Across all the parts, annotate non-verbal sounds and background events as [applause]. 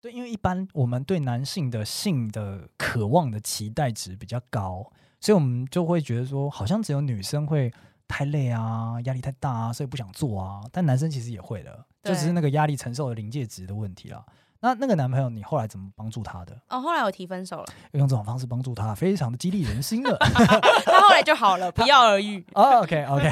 对，因为一般我们对男性的性的渴望的期待值比较高，所以我们就会觉得说，好像只有女生会太累啊，压力太大啊，所以不想做啊。但男生其实也会的，就只是对那个压力承受的临界值的问题啦。那那个男朋友，你后来怎么帮助他的？哦，后来我提分 [laughs] 手了，用这种方式帮助他，非常的激励人 [laughs] 心哦的。他后来就好了，不药而愈。 OK OK，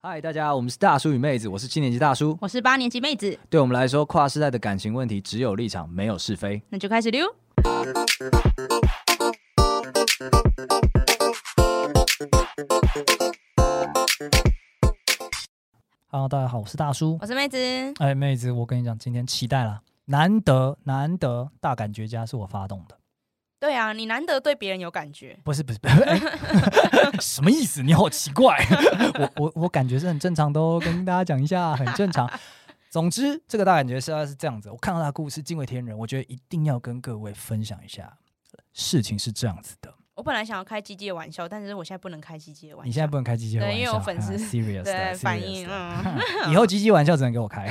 嗨，大家，我们是大叔与妹子，我是七年级大叔。我是八年级妹子，对我们来说，跨世代的感情问题只有立场，没有是非。那就开始溜。 Hello，大家好，我是大叔。我是妹子，哎，妹子，我跟你讲，今天期待了，难得难得，大感觉家是我发动的，对啊，你难得对别人有感觉，不是 [laughs] 不是，不是哎什么意思？你好奇怪， [laughs] 我我我感觉是很正常的哦，跟大家讲一下，很正常。总之，这个大感觉实在是这样子，我看到他的故事惊为天人，我觉得一定要跟各位分享一下。事情是这样子的，我本来想要开鸡鸡的玩笑，但是我现在不能开鸡鸡的玩笑。你现在不能开鸡鸡的玩笑，对因为我粉丝啊 serious 的对 serious 反应，的嗯， [laughs] 以后鸡鸡玩笑只能给我开。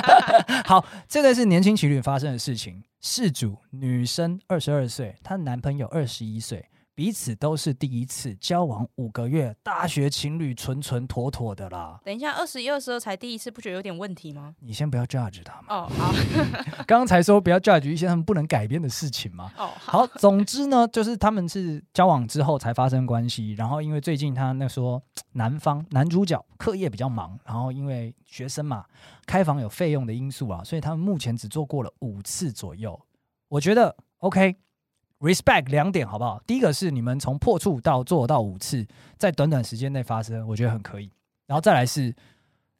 [laughs] 好，这个是年轻情侣发生的事情。事主女生二十二岁，她男朋友二十一岁，彼此都是第一次交往五个月，大学情侣纯纯妥妥的啦。等一下，二十一、二十二才第一次，不觉得有点问题 [laughs] 吗？你先不要 judge 他嘛，哦，好， [laughs] 刚才说不要 judge 一些他们不能改变的事情嘛。哦，好，好，总之呢，就是他们是交往之后才发生关系，然后因为最近他那说男方男主角课业比较忙，然后因为学生嘛，开房有费用的因素啊，所以他们目前只做过了五次左右。我觉得 OK。respect 两点好不好？第一个是你们从破处到做到五次，在短短时间内发生，我觉得很可以。然后再来是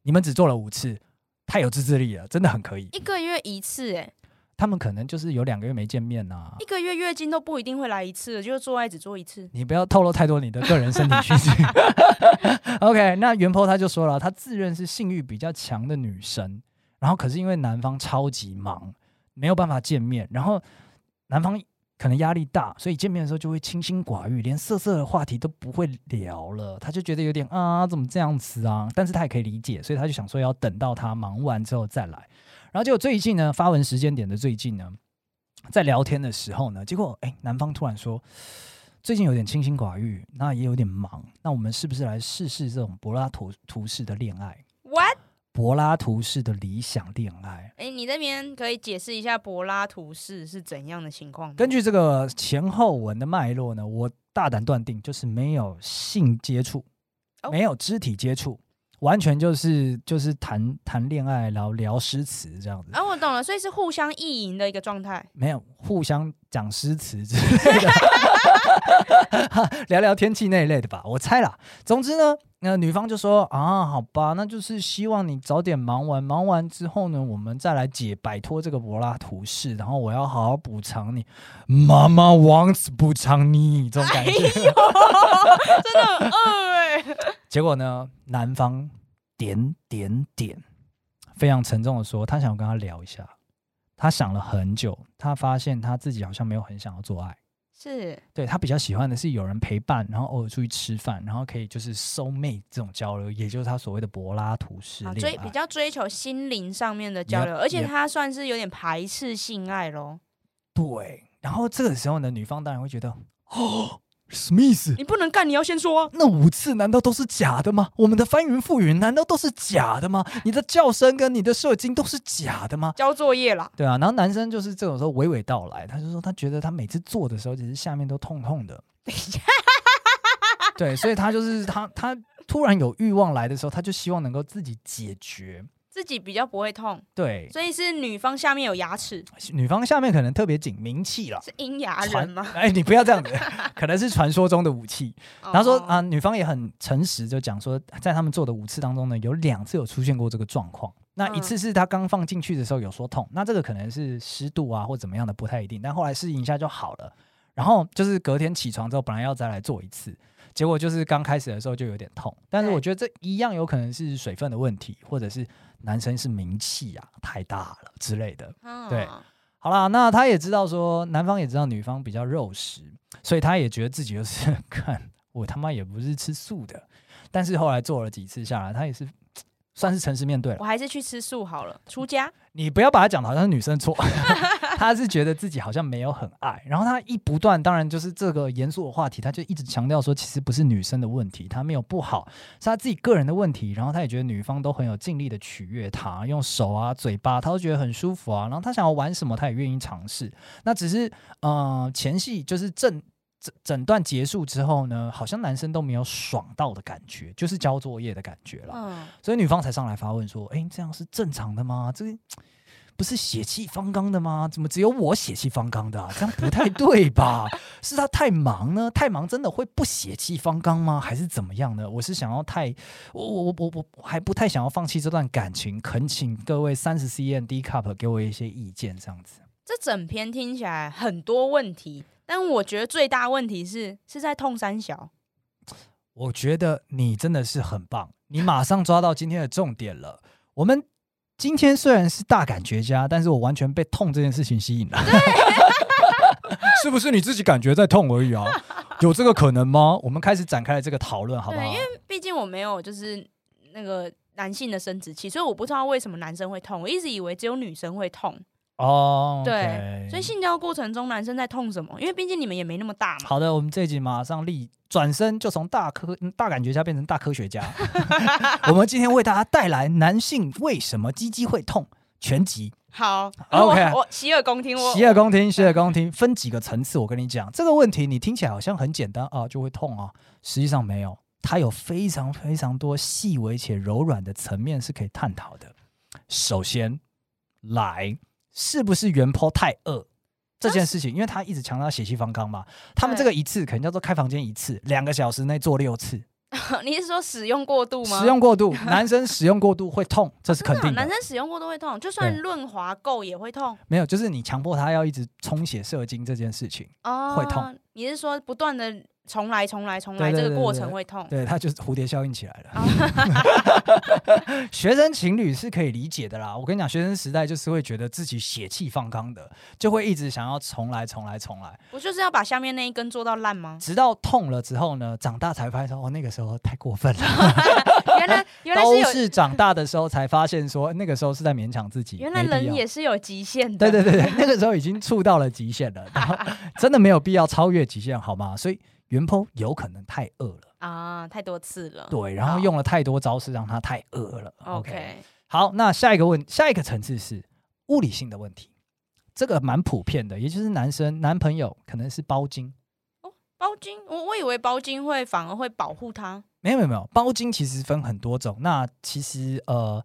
你们只做了五次，太有自制力了，真的很可以一。个月一次，哎，他们可能就是有两个月没见面呐、啊一，个月月经都不一定会来一次，就是做爱只做一次。你不要透露太多你的个人身体讯息。OK，那袁坡他就说了，他自认是性欲比较强的女生，然后可是因为男方超级忙，没有办法见面，然后男方可能压力大，所以见面的时候就会清心寡欲，连色色的话题都不会聊了。他就觉得有点啊，怎么这样子啊？但是他也可以理解，所以他就想说要等到他忙完之后再来。然后结果最近呢，发文时间点的最近呢，在聊天的时候呢，结果哎，男方突然说。最近有点清心寡欲，那也有点忙，那我们是不是来试试这种柏拉图图式的恋爱， What？柏拉图式的理想恋爱？哎，你那边可以解释一下柏拉图式是怎样的情况吗？根据这个前后文的脉络呢，我大胆断定，就是没有性接触，哦没有肢体接触，完全就是就是谈谈恋爱，然后聊诗词这样子，啊，我懂了，所以是互相意淫的一个状 [laughs] 态。没有互相讲诗词之类 [laughs] 的，聊聊天气那一类的吧，我猜啦。总之呢，那、女方就说啊，好吧，那就是希望你早点忙完，忙完之后呢，我们再来解摆脱这个柏拉图式，然后我要好好补偿你，妈妈 wants 补偿你这种感觉。真的很饿哎、结果呢，男方点点点，非常沉重的说，他想要跟他聊一下。他想了很久，他发现他自己好像没有很想要做爱。是对他比较喜欢的是有人陪伴，然后偶尔出去吃饭，然后可以就是 soul mate 这种交流，也就是他所谓的柏拉图式啊，恋追爱。比较追求心灵上面的交流， Yep, 而且 yep 他算是有点排斥性爱咯。对，然后这个时候呢，女方当然会觉得，哦，什么意思？你不能干，你要先说、啊。那五次难道都是假的吗？我们的翻云覆雨难道都是假的吗？你的叫声跟你的射精都是假的吗？交作业啦，对啊，然后男生就是这种时候娓娓道来，他就说他觉得他每次做的时候，其实下面都痛痛的。对，所以他就是他他突然有欲望来的时候，他就希望能够自己解决。自己比较不会痛，对，所以是女方下面有牙齿，女方下面可能特别紧，名气了。是阴牙人啊传吗？ [laughs] 哎，你不要这样子，可能是传说中的武器。然后说哦啊，女方也很诚实，就讲说，在他们做的五次当中呢，有两次有出现过这个状况。那一嗯次是他刚放进去的时候有说痛，那这个可能是湿度啊或怎么样的不太一定，但后来适应一下就好了。然后就是隔天起床之后，本来要再来做一次，结果就是刚开始的时候就有点痛，但是对我觉得这一样有可能是水分的问题，或者是男生是名气啊太大了之类的。嗯啊对好啦，那他也知道说男方也知道女方比较肉食，所以他也觉得自己就是 [laughs] 看我他妈也不是吃素的，但是后来做了几次下来，他也是算是诚实面对了我。还是去吃素好了，出家。你不要把他讲的好像是女生错， [laughs] 他是觉得自己好像没有很爱，然后他一不断，当然就是这个严肃的话题，他就一直强调说，其实不是女生的问题，他没有不好，是他自己个人的问题。然后他也觉得女方都很有尽力的取悦他，用手啊、嘴巴，他都觉得很舒服啊。然后他想要玩什么，他也愿意尝试。那只是，呃，前戏就是正。诊诊断结束之后呢，好像男生都没有爽到的感觉，就是交作业的感觉了。嗯，所以女方才上来发问说：“哎、这样是正常的吗？这个不是血气方刚的吗？怎么只有我血气方刚的、啊？这样不太对吧？ [laughs] 是他太忙呢？太忙真的会不血气方刚吗？还是怎么样呢？我是想要太……我我我我我我还不太想要放弃这段感情，恳请各位三十 cm D cup 给我一些意见，这样子。”这整篇听起来很多问题，但我觉得最大问题是是在痛三小。我觉得你真的是很棒，你马上抓到今天的重点了。我们今天虽然是大感觉家，但是我完全被痛这件事情吸引了。 [laughs] 是不是你自己感觉在痛而已啊？有这个可能吗？我们开始展开了这个讨论，好不好对？因毕竟我没有就是那个男性的生殖器，所以我不知道为什么男生会痛。我一直以为只有女生会痛，哦，对 OK 所以性交过程中男生在痛什么？因为毕竟你们也没那么大嘛。嗯好的，我们这一集马上立转身，就从大科嗯大感觉家变成大科学家。 [laughs] 我们今天为大家带来男性为什么鸡鸡会痛全集。好啊 OK 我我洗耳恭听，我嗯洗耳恭听，洗耳恭听，分几个层次。我跟你讲，这个问题你听起来好像很简单啊，就会痛啊，实际上没有，它有非常非常多细微且柔软的层面是可以探讨的。首先，来是不是原坡太饿这件事情，因为他一直强调血气方刚嘛，他们这对个一次可能叫做开房间一次，两个小时内做六次， [laughs] 你是说使用过度吗？使用 [laughs] 过度，男生使用过度会痛，这是真肯的啊定男的。生使用过度会痛，就算对润滑够也会痛没有，就是你强迫他要一直充血射精这件事情。哦，会痛。你是说不断的重来、重来、重来，对对这个对过对程会痛？对，它就是蝴蝶效应起来了。学生情侣是可以理解的啦。我跟你讲，学生时代就是会觉得自己血气方刚的，就会一直想要重来、重来、重来，？不就是要把下面那一根做到烂吗 [laughs] 直到痛了之后呢，长大才发现说，哦，那个时候太过分了。原来原来都是有，是长大的时候才发现说，那个时候是在勉强自己。原来没必人要也是有极限的。对对对对，那个时候已经触到了极限了，然后真的没有必要超越极限，好吗？所以原剖有可能太饿了，啊，太多次了。对，然后好用了太多招式让他太饿了。 OK，好，那下一个问，下一个层次是物理性的问题，这个蛮普遍的，也就是男生男朋友可能是包茎，包茎，我我以为包茎会反而会保护他。没有没有没有，包茎其实分很多种。那其实呃，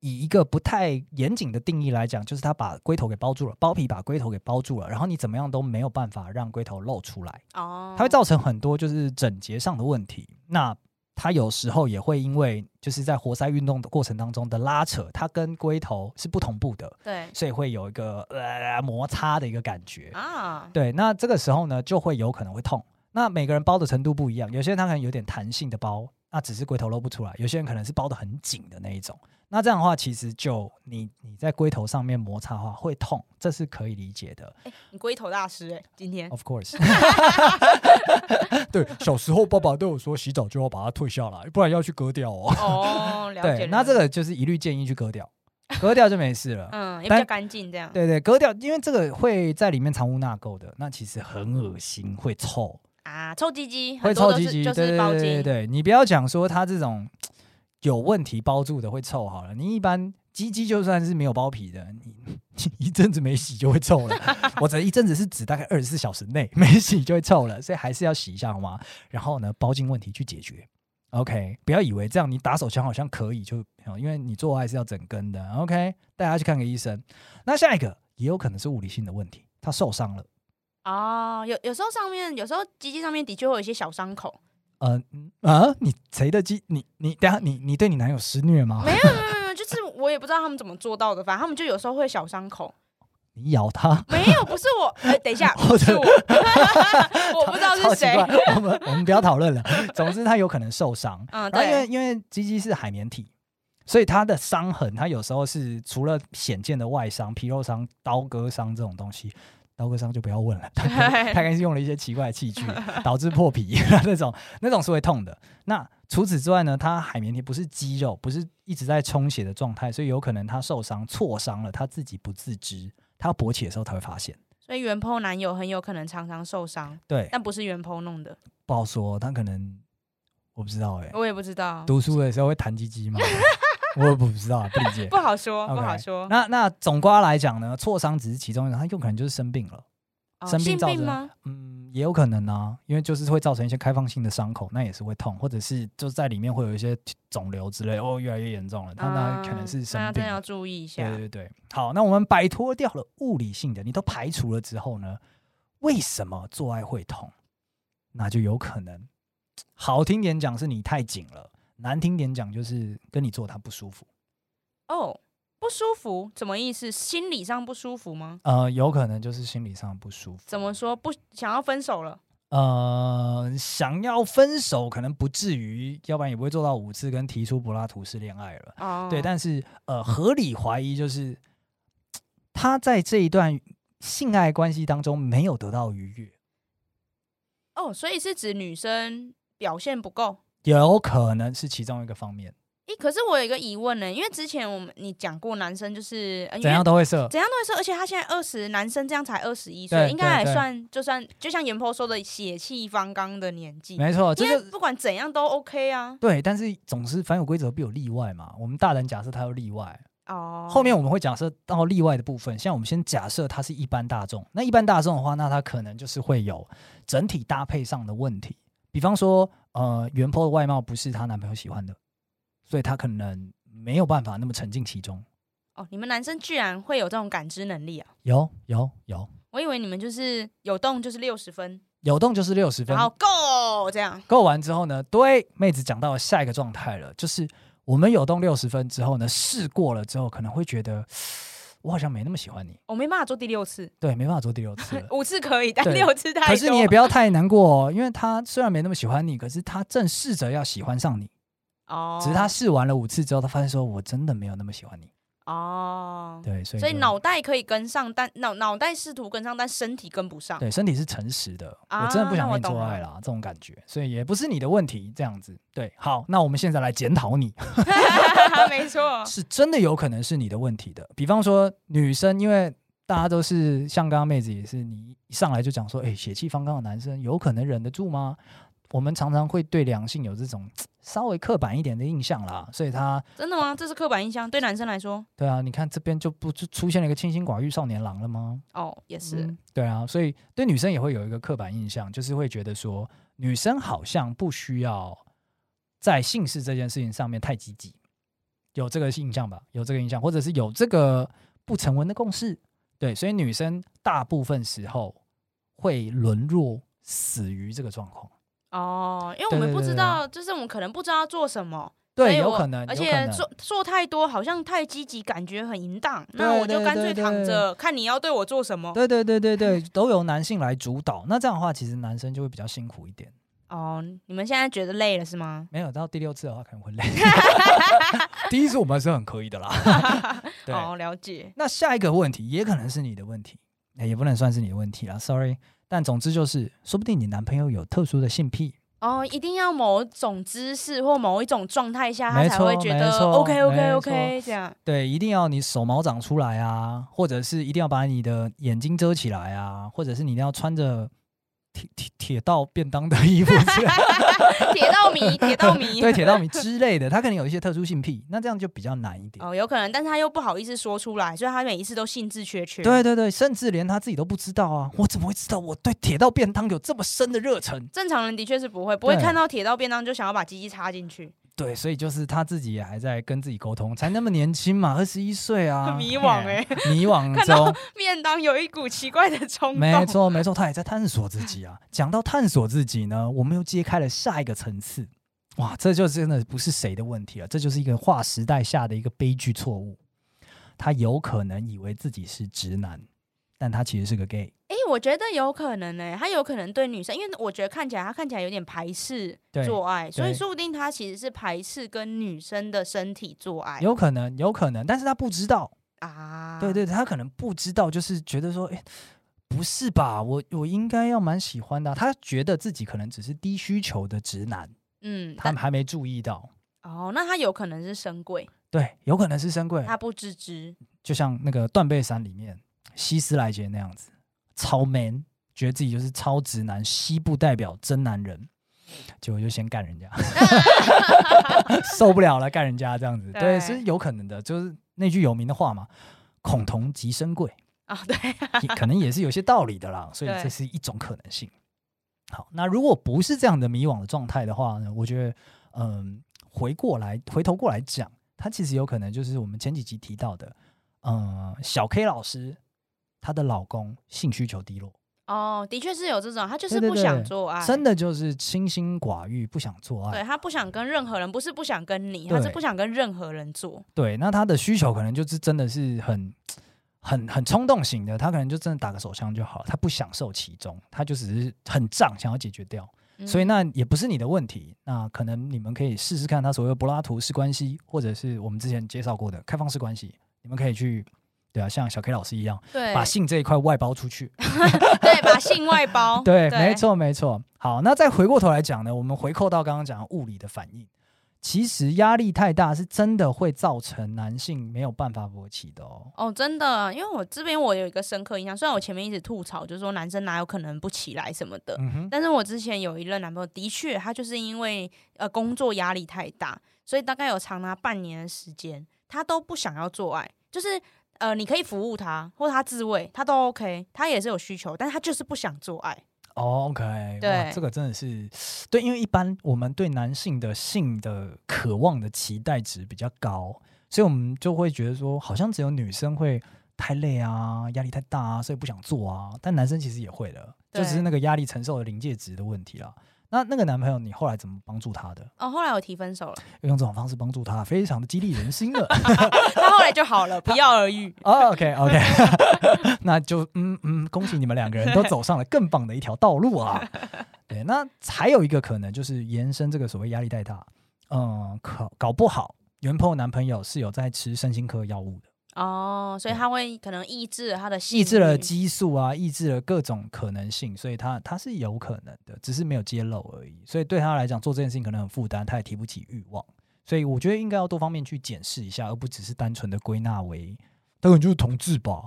以一个不太严谨的定义来讲，就是他把龟头给包住了，包皮把龟头给包住了，然后你怎么样都没有办法让龟头露出来，哦，它会造成很多就是整洁上的问题。那它有时候也会因为就是在活塞运动的过程当中的拉扯，它跟龟头是不同步的，对所以会有一个呃摩擦的一个感觉。啊，对，那这个时候呢，就会有可能会痛。那每个人包的程度不一样，有些人他可能有点弹性的包，那只是龟头露不出来；有些人可能是包的很紧的那一种。那这样的话，其实就你你在龟头上面摩擦的话会痛，这是可以理解的。你龟头大师哎，今天 Of course，对，小时候爸爸对我说，洗澡就要把它退下来，不然要去割掉哦。 [laughs] 哦，了解对，了。那这个就是一律建议去割掉，割掉就没事了。嗯也比但较干净这样。对对，割掉，因为这个会在里面藏污纳垢的，那其实很恶心，会臭，啊，臭鸡鸡，会很多臭都鸡是鸡，就对是包对对对茎。对，你不要讲说它这种有问题包住的会臭好了，你一般鸡鸡就算是没有包皮的，你 [laughs] 一阵子没洗就会 [laughs] 臭了。我这一阵子是指大概二十四小时内没洗就会臭了，所以还是要洗一下好吗？然后呢，包茎问题去解决。OK，不要以为这样你打手枪好像可以就，嗯因为你做爱是要整根的。OK，带他去看个医生。那下一个也有可能是物理性的问题，他受伤了。哦，有有时候上面，有时候鸡鸡上面的确会有一些小 [laughs] 伤口。呃嗯啊，你谁的鸡？你你等下你你对你男友施虐吗没？有没有没有，就是我也不知道他们怎么做到的，反正他们就有时候会有小伤口。 [laughs] 你咬他？没有，不是我，哎，等一 [laughs] 下，我不是的我， [laughs] 我不知道超是奇谁怪。我们我们不要讨论了。总之，他有可能受伤。嗯，啊然后因为对，因为鸡鸡是海绵体，所以它的伤痕，它有时候是除了显见的外伤、皮肉伤、刀割伤这种东西，刀割伤就不要问了，他可 [laughs] 能他可能是用了一些奇怪的器具导致破皮 [laughs] 那种，那种是会痛的。那除此之外呢，它海绵体不是肌肉，不是一直在充血的状态，所以有可能他受伤、挫伤了，他自己不自知，他要勃起的时候才会发现。所以原 PO 男友很有可能常常受伤，对，但不是原 PO 弄的，不好说，他可能我不知道哎、我也不知道，读书的时候会弹鸡鸡吗？ [laughs] 我也不知道，不理解不。好说，不 OK 好说。那那总瓜来讲呢，挫伤只是其中一种，它有可能就是生病了。哦生病性造成病吗？嗯，也有可能啊，因为就是会造成一些开放性的伤口，那也是会痛，或者是就在里面会有一些肿瘤之类，哦，越来越严重了，那那可能是啊生那病真的了。要注意对一下。对对，好，那我们摆脱掉了物理性的，你都排除了之后呢，为什么做爱会痛？那就有可能，好听点讲是你太紧了，难听点讲就是跟你做它不舒服。哦，不舒服，怎么意思？心理上不舒服吗？呃，有可能就是心理上不舒服。怎么说不想要分手了？呃，想要分手可能不至于，要不然也不会做到五次跟提出柏拉图式恋爱了。哦，对，但是呃，合理怀疑就是他在这一段性爱关系当中没有得到愉悦，哦，所以是指女生表现不够。有可能是其中一个方面，诶，可是我有一个疑问呢，因为之前我们你讲过，男生就是、呃、怎样都都会射。怎样都会说，而且他现在二十，男生这样才二十一对岁，应该对还对算就算，就像严坡说的血气方刚的年纪，没错，这因为就不管怎样都 OK 啊。对，但是总是凡有规则必有例外嘛。我们大胆假设他有例外，哦，后面我们会假设到例外的部分，像我们先假设它是一般大众，那一般大众的话，那它可能就是会有整体搭配上的问题，比方说，呃，原 po 的外貌不是她男朋友喜欢的，所以她可能没有办法那么沉浸其中。哦，你们男生居然会有这种感知能力啊！有有有，我以为你们就是有动就是六十分，有动就是六十分然，后 go 这样。够完之后呢，对，妹子讲到了下一个状态了，就是我们有动六十分之后呢，试过了之后，可能会觉得我好像没那么喜欢你，我没办法做第六次，对，没办法做第六次了。五次可以，但对六次太多。可是你也不要太难过、哦，因为他虽然没那么喜欢你，可是他正试着要喜欢上你。哦，只是他试完了五次之后，他发现说我真的没有那么喜欢你。哦，对，所以所以就脑袋可以跟上，但脑脑袋试图跟上，但身体跟不上。对身体是诚实的，啊我真的不想那我跟你做懂了爱啦，这种感觉，所以也不是你的问题，这样子。对，好，那我们现在来检讨你，[laughs] 没 [laughs] 错。是真的有可能是你的问题的。比方说女生，因为大家都是像刚刚妹子也是，你一上来就讲说，哎、血气方刚的男生有可能忍得住吗？我们常常会对两性有这种稍微刻板一点的印象啦，所以他真的吗？这是刻板印象，对男生来说，对啊，你看这边就不就出现了一个清心寡欲少年郎了吗？哦，也是。嗯对啊，所以对女生也会有一个刻板印象，就是会觉得说女生好像不需要在性事这件事情上面太积极，有这个印象吧？有这个印象，或者是有这个不成文的共识。对，所以女生大部分时候会沦落死于这个状况。哦，因为我对们对不对知对道，就是我们可能不知道做什么，所对，以有我可能，而有可且能做做太多好像太积极，感觉很淫荡，那对我就对干脆对躺对着，看你要对我做什么。对对对对 [laughs] 对，都由男性来主导。那这样的话，其实男生就会比较辛苦一点。哦，你们现在觉得累了是吗？没有到第六次的话，可能会累。 [laughs] 第一次我们还是很可以的啦。对，哦，了解。那下一个问题也可能是你的问题，哎也不能算是你的问题啦，sorry。但总之就是，说不定你男朋友有特殊的性癖，哦，一定要某种姿势或某一种状态下，他没才会错觉没得错 OK OK 没 OK [laughs] 这样。对，一定要你手毛长出来啊，或者是一定要把你的眼睛遮起来啊，或者是你一定要穿着铁铁铁道便当的衣服之类 [laughs] 的铁道迷，铁道迷，对，铁道迷之类的，他可能有一些特殊性癖，那这样就比较难一点。哦，有可能，但是他又不好意思说出来，所以他每一次都兴致缺缺。对，对对，甚至连他自己都不知道啊！我怎么会知道我对铁道便当有这么深的热忱？正常人的确是不会，不会对看到铁道便当就想要把鸡鸡插进去。 [laughs] 对，所以就是他自己也还在跟自己沟通，才那么年轻 [laughs] 嘛，二十一岁啊，迷惘嘿欸迷惘看到 [laughs] 中，便当有一股奇怪的冲没动。错没错，他也在探索自己啊。讲到探索自己呢，我们又揭开了下一个层次，哇，这就真的不是谁的问题了，这就是一个划时代下的一个悲剧错误。他有可能以为自己是直男，但他其实是个 gay。哎、我觉得有可能呢、他有可能对女生，因为我觉得看起来他看起来有点排斥对做爱，所以对说不定他其实是排斥跟女生的身体做爱有可能，有可能，但是他不知道，啊。对对，他可能不知道，就是觉得说，哎、不是吧？我我应该要蛮喜欢的啊、他觉得自己可能只是低需求的直男，嗯，他但们还没注意到。哦，那他有可能是深贵，对，有可能是深贵，他不自知，就像那个《断背山》里面希斯莱杰那样子，超 man，觉得自己就是超直男，西部代表真男人，结果就先干 [laughs] 人家，受不了了，干人家这样子，对，对是有可能的，就是那句有名的话嘛，“恐同即生贵”，啊、对，也可能也是有些道理的啦，所以对这是一种可能性。好，那如果不是这样的迷惘的状态的话呢，我觉得，嗯，回过来回头过来讲，他其实有可能就是我们前几集提到的，嗯，小 K 老师她的老公性需求低落，哦，的确是有这种，他就是对对不想对做爱，真的就是清心寡欲，不想做爱。对他不想跟任何人，不是不想跟你，他是对不想跟任何人做。对，那他的需求可能就是真的是很、很、很冲动型的，他可能就真的打个手枪就好，他不享受其中，他就只是很胀，想要解决掉。嗯所以那也不是你的问题，那可能你们可以试试看他所谓的柏拉图式关系，或者是我们之前介绍过的开放式关系，你们可以去，对啊，像小 K 老师一样，对把性这一块外包出去。对把性外 [laughs] 包，对，没，错，没错。好，那再回过头来讲呢，我们回扣到刚刚讲的物理的反应，其实压力太大是真的会造成男性没有办法勃起的哦。哦，真的，因为我这边我有一个深刻印象，虽然我前面一直吐槽，就是说男生哪有可能不起来什么的，嗯哼，但是我之前有一任男朋友，的确他就是因为呃工作压力太大，所以大概有长达半年的时间，他都不想要做爱，就是呃你可以服务他或者他自慰，他都 OK，他也是有需求，但是他就是不想做爱。哦，OK，哇，对这个真的是对，因为一般我们对男性的性的渴望的期待值比较高，所以我们就会觉得说，好像只有女生会太累啊，压力太大啊，所以不想做啊。但男生其实也会的，就只是对那个压力承受的临界值的问题啦。那那个男朋友，你后来怎么帮助他的？哦，后来我提分手了，用这种方式帮助他，非常的激励人心了。 [laughs] 他后来就好了，不药而愈。 o OK OK，那 [laughs] 就嗯嗯，恭喜你们两个人都走上了更棒的一条道路啊！对，那还有一个可能就是延伸这个所谓压力太大，嗯，搞搞不好原 p 男朋友是有在吃身心科药物的，哦，所以他会可能抑制了他的性抑制了欲激素啊，抑制了各种可能性，所以他他是有可能的，只是没有揭露而已。所以对他来讲，做这件事情可能很负担，他也提不起欲望。所以我觉得应该要多方面去检视一下，而不只是单纯的归纳为，他可能就是同志吧。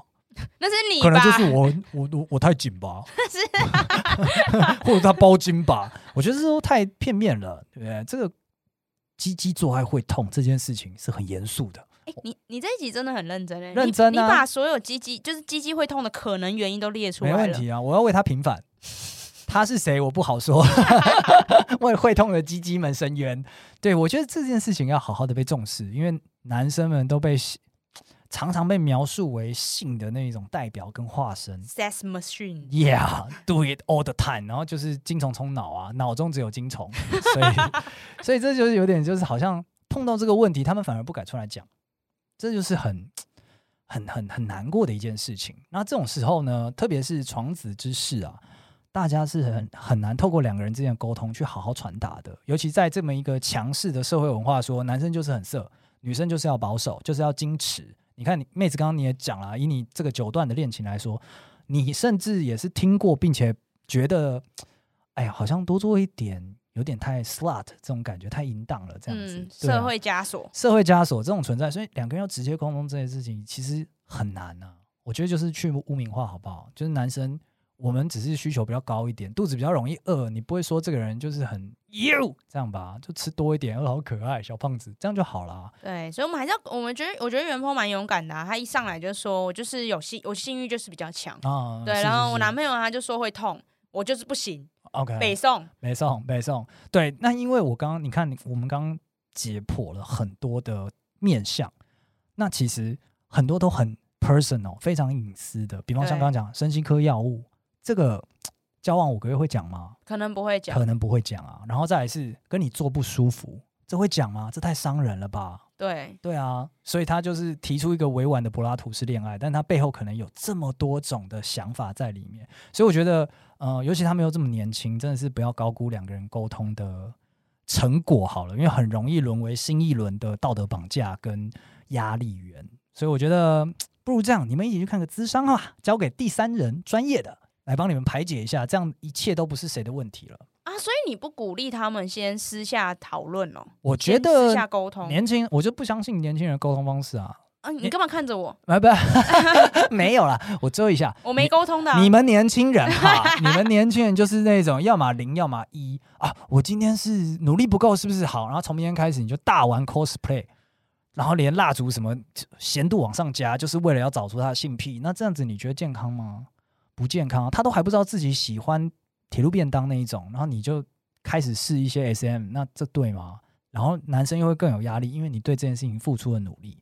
那是你吧？可能就是我我我我太紧 [laughs] 吧，啊 [laughs] 或者他包茎吧，我觉得这都太片面了，对不对？这个鸡鸡做爱会痛这件事情是很严肃的，哎、你你这一集真的很认真哎、认真啊你你把所有鸡鸡就是鸡鸡会痛的可能原因都列出来没了。问题啊，我要为他平反。 [laughs] 他是谁？我不好说， [laughs] 为会痛的鸡鸡们伸冤。对我觉得这件事情要好好的被重视，因为男生们都被常常被描述为性的那种代表跟化身。 Sex machine， Yeah, do it all the time。然后就是精虫冲脑啊，脑中只有精虫，所以 [laughs] 所以这就是有点就是好像碰到这个问题，他们反而不敢出来讲，这就是很很很很难过的一件事情。那这种时候呢，特别是床子之事啊，大家是很很难透过两个人之间的沟通去好好传达的，尤其在这么一个强势的社会文化说男生就是很色，女生就是要保守，就是要矜持。你看你，妹子刚刚你也讲了，以啊你这个九段的恋情来说，你甚至也是听过，并且觉得，哎呀，好像多做一点，有点太 slut 这种感觉，太淫荡了，这样子。嗯，对啊社会枷锁。社会枷锁这种存在，所以两个人要直接沟通这件事情，其实很难啊。我觉得就是去污名化好不好？就是男生，我们只是需求比较高一点，肚子比较容易饿，你不会说这个人就是很 you 这样吧？就吃多一点，饿好可爱，小胖子这样就好啦。对，所以我们还是要，我们觉得，我觉得袁坡蛮勇敢的、啊，他一上来就说，我就是有性，我性欲就是比较强。啊，对，是然是嗯后我是男朋友他就说会痛，我就是不行， OK 北宋。北宋，北宋。对，那因为我刚刚你看，我们刚刚解剖了很多的面相，那其实很多都很 personal，非常隐私的。比方像对刚刚讲身心科药物，这个交往五个月会讲吗？可能不会讲可，能不会讲啊。然后再来是跟你做不舒服，这会讲吗？这太伤人了吧？对，对啊，所以他就是提出一个委婉的柏拉图式恋爱，但他背后可能有这么多种的想法在里面。所以我觉得，呃，尤其他们又这么年轻，真的是不要高估两个人沟通的成果好了，因为很容易沦为新一轮的道德绑架跟压力源。所以我觉得，不如这样，你们一起去看个咨商啊，交给第三人专业的来帮你们排解一下，这样一切都不是谁的问题了。啊，所以你不鼓励他们先私下讨论哦，我觉先私下得沟通。年轻，我就不相信年轻人沟通方式啊，啊，你干嘛看着我？啊不， [laughs] 没有啦，我遮一下，我没沟通的啊、你们年轻人哈，你们年轻人就是那种要么零，要么一啊。我今天是努力不够，是不是好？然后从明天开始你就大玩 cosplay，然后连蜡烛什么咸度往上加，就是为了要找出他的性癖。那这样子你觉得健康吗？不健康、啊，他都还不知道自己喜欢铁路便当那一种，然后你就开始试一些 SM，那这对吗？然后男生又会更有压力，因为你对这件事情付出了努力。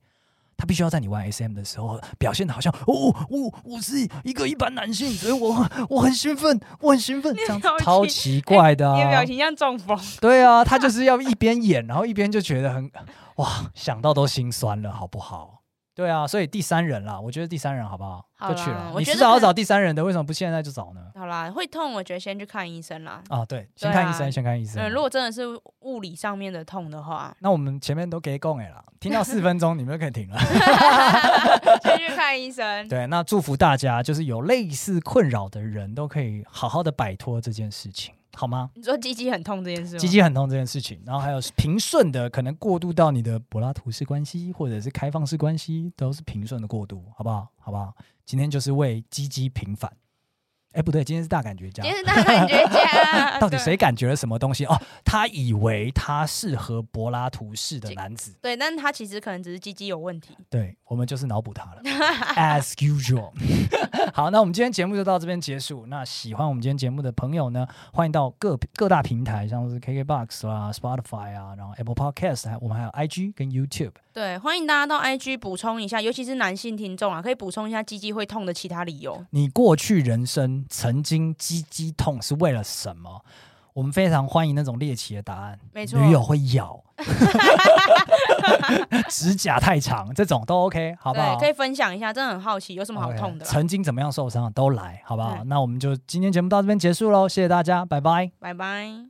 他必须要在你玩 SM 的时候表现的好像哦，我我是一个一般男性，所以我我很兴奋，我很兴奋，这样子表情超奇怪的、啊哎你的表情像中风， [laughs] 对啊，他就是要一边演，然后一边就觉得很 [laughs] 哇，想到都心酸了，好不好？对啊，所以第三人啦，我觉得第三人好不好？好就啦去了。我你觉迟得早要可找第三人的，为什么不现在就找呢？好啦，会痛，我觉得先去看医 [laughs] 生啦。啊，对，先对看医啊生，先看医生。嗯，如果真的是物理上面的痛 [laughs] 的话，那我们前面都给供哎了，听到四分钟你们就可以停了。 [laughs] 先去看医生。对，那祝福大家，就是有类似困扰的人都可以好好的摆脱这件事情，好吗？你说鸡鸡很痛这件事吗？鸡鸡很痛这件事情，然后还有平顺的，可能过渡到你的柏拉图式关系或者是开放式关系，都是平顺的过渡，好不好？好不好？今天就是为鸡鸡平反。哎，不对，今天是大感觉家今。天是大感觉 [laughs] 家，到底对谁感觉了什么东西？哦，他以为他适合柏拉图式的男子，对？但他其实可能只是鸡鸡有问题。对我们就是脑补他了，as usual。好，那我们今天节目就到这边结束。那喜欢我们今天节目的朋友呢，欢迎到各各大平台，像是 KKBox 啦、Spotify 啊，然后 Apple Podcast，还我们还有 IG 跟 YouTube。对，欢迎大家到 IG 补充一下，尤其是男性听众啊，可以补充一下鸡鸡会痛的其他理由。你过去人生曾经鸡鸡痛是为了什么？我们非常欢迎那种猎奇的答案，没错，女友会咬， [laughs] 指甲太长这种都 OK，好不好？对，可以分享一下，真的很好奇，有什么好痛 o k 的啊啦曾经怎么样受伤的都来，好不好？对那我们就今天节目到这边结束喽，谢谢大家，拜拜。拜拜。